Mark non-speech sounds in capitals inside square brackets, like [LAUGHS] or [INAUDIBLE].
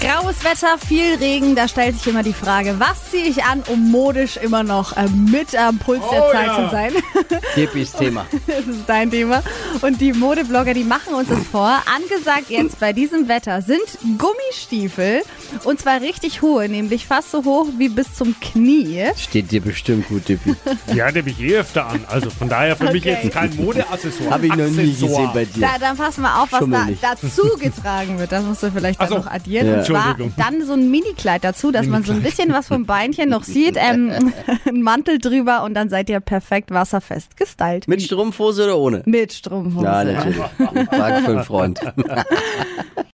Graues Wetter, viel Regen, da stellt sich immer die Frage, was ziehe ich an, um modisch immer noch äh, mit am Puls der Oh Zeit ja. zu sein? [LAUGHS] Hippies Thema. das ist dein Thema. Und die Modeblogger, die machen uns das vor. Angesagt jetzt bei diesem Wetter sind Gummistiefel und zwar richtig hohe, nämlich fast so hoch wie bis zum Knie. Steht dir bestimmt gut, Dippy. Die hatte mich eh öfter an. Also von daher für mich Okay. jetzt kein Modeaccessoire. Habe ich noch nie gesehen Accessoire. bei dir. Da, dann passen wir auf, was Schummel da, nicht. dazu [LAUGHS] getragen wird. Das musst du vielleicht dann Ach so. noch addieren. Ja. Und zwar Entschuldigung. dann so ein Minikleid dazu, dass man so ein bisschen was vom Beinchen noch sieht. [LAUGHS] Ähm, [LAUGHS] ein Mantel drüber und dann seid ihr perfekt wasserfest gestylt. Mit Strumpfhose oder ohne? Mit Strumpfhose. Ja, natürlich. Frage für einen Freund.